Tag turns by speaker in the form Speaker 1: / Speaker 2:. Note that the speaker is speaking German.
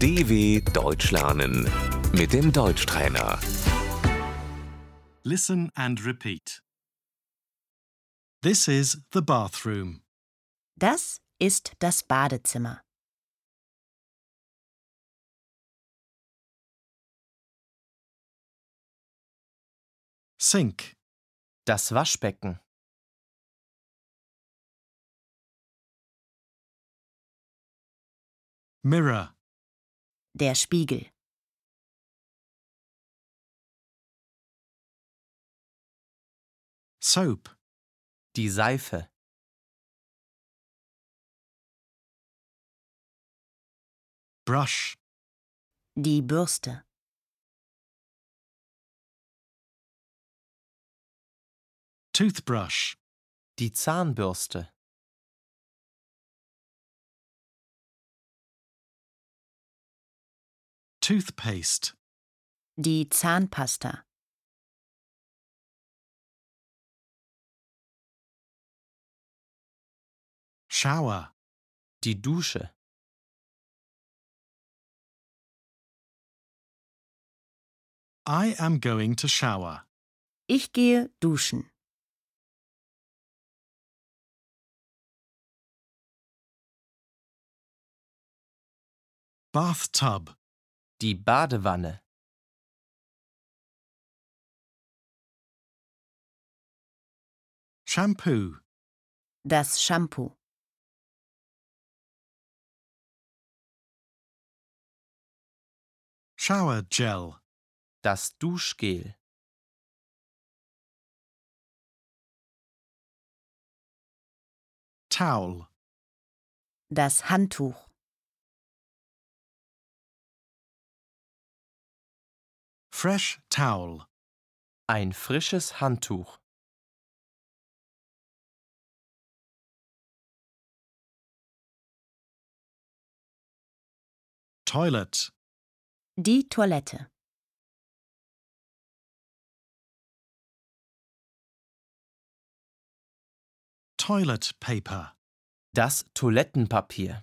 Speaker 1: DW Deutsch lernen mit dem Deutschtrainer.
Speaker 2: Listen and repeat. This is the bathroom.
Speaker 3: Das ist das Badezimmer.
Speaker 2: Sink.
Speaker 4: Das Waschbecken.
Speaker 2: Mirror.
Speaker 3: Der Spiegel.
Speaker 2: Soap.
Speaker 4: Die Seife.
Speaker 2: Brush.
Speaker 3: Die Bürste.
Speaker 2: Toothbrush.
Speaker 4: Die Zahnbürste.
Speaker 2: Toothpaste.
Speaker 3: Die Zahnpasta.
Speaker 2: Shower.
Speaker 4: Die Dusche.
Speaker 2: I am going to shower.
Speaker 3: Ich gehe duschen.
Speaker 2: Bathtub.
Speaker 4: Die Badewanne.
Speaker 2: Shampoo.
Speaker 3: Das Shampoo.
Speaker 2: Shower gel.
Speaker 4: Das Duschgel.
Speaker 2: Towel.
Speaker 3: Das Handtuch.
Speaker 2: Fresh towel.
Speaker 4: Ein frisches Handtuch.
Speaker 2: Toilet.
Speaker 3: Die Toilette.
Speaker 2: Toilet paper.
Speaker 4: Das Toilettenpapier.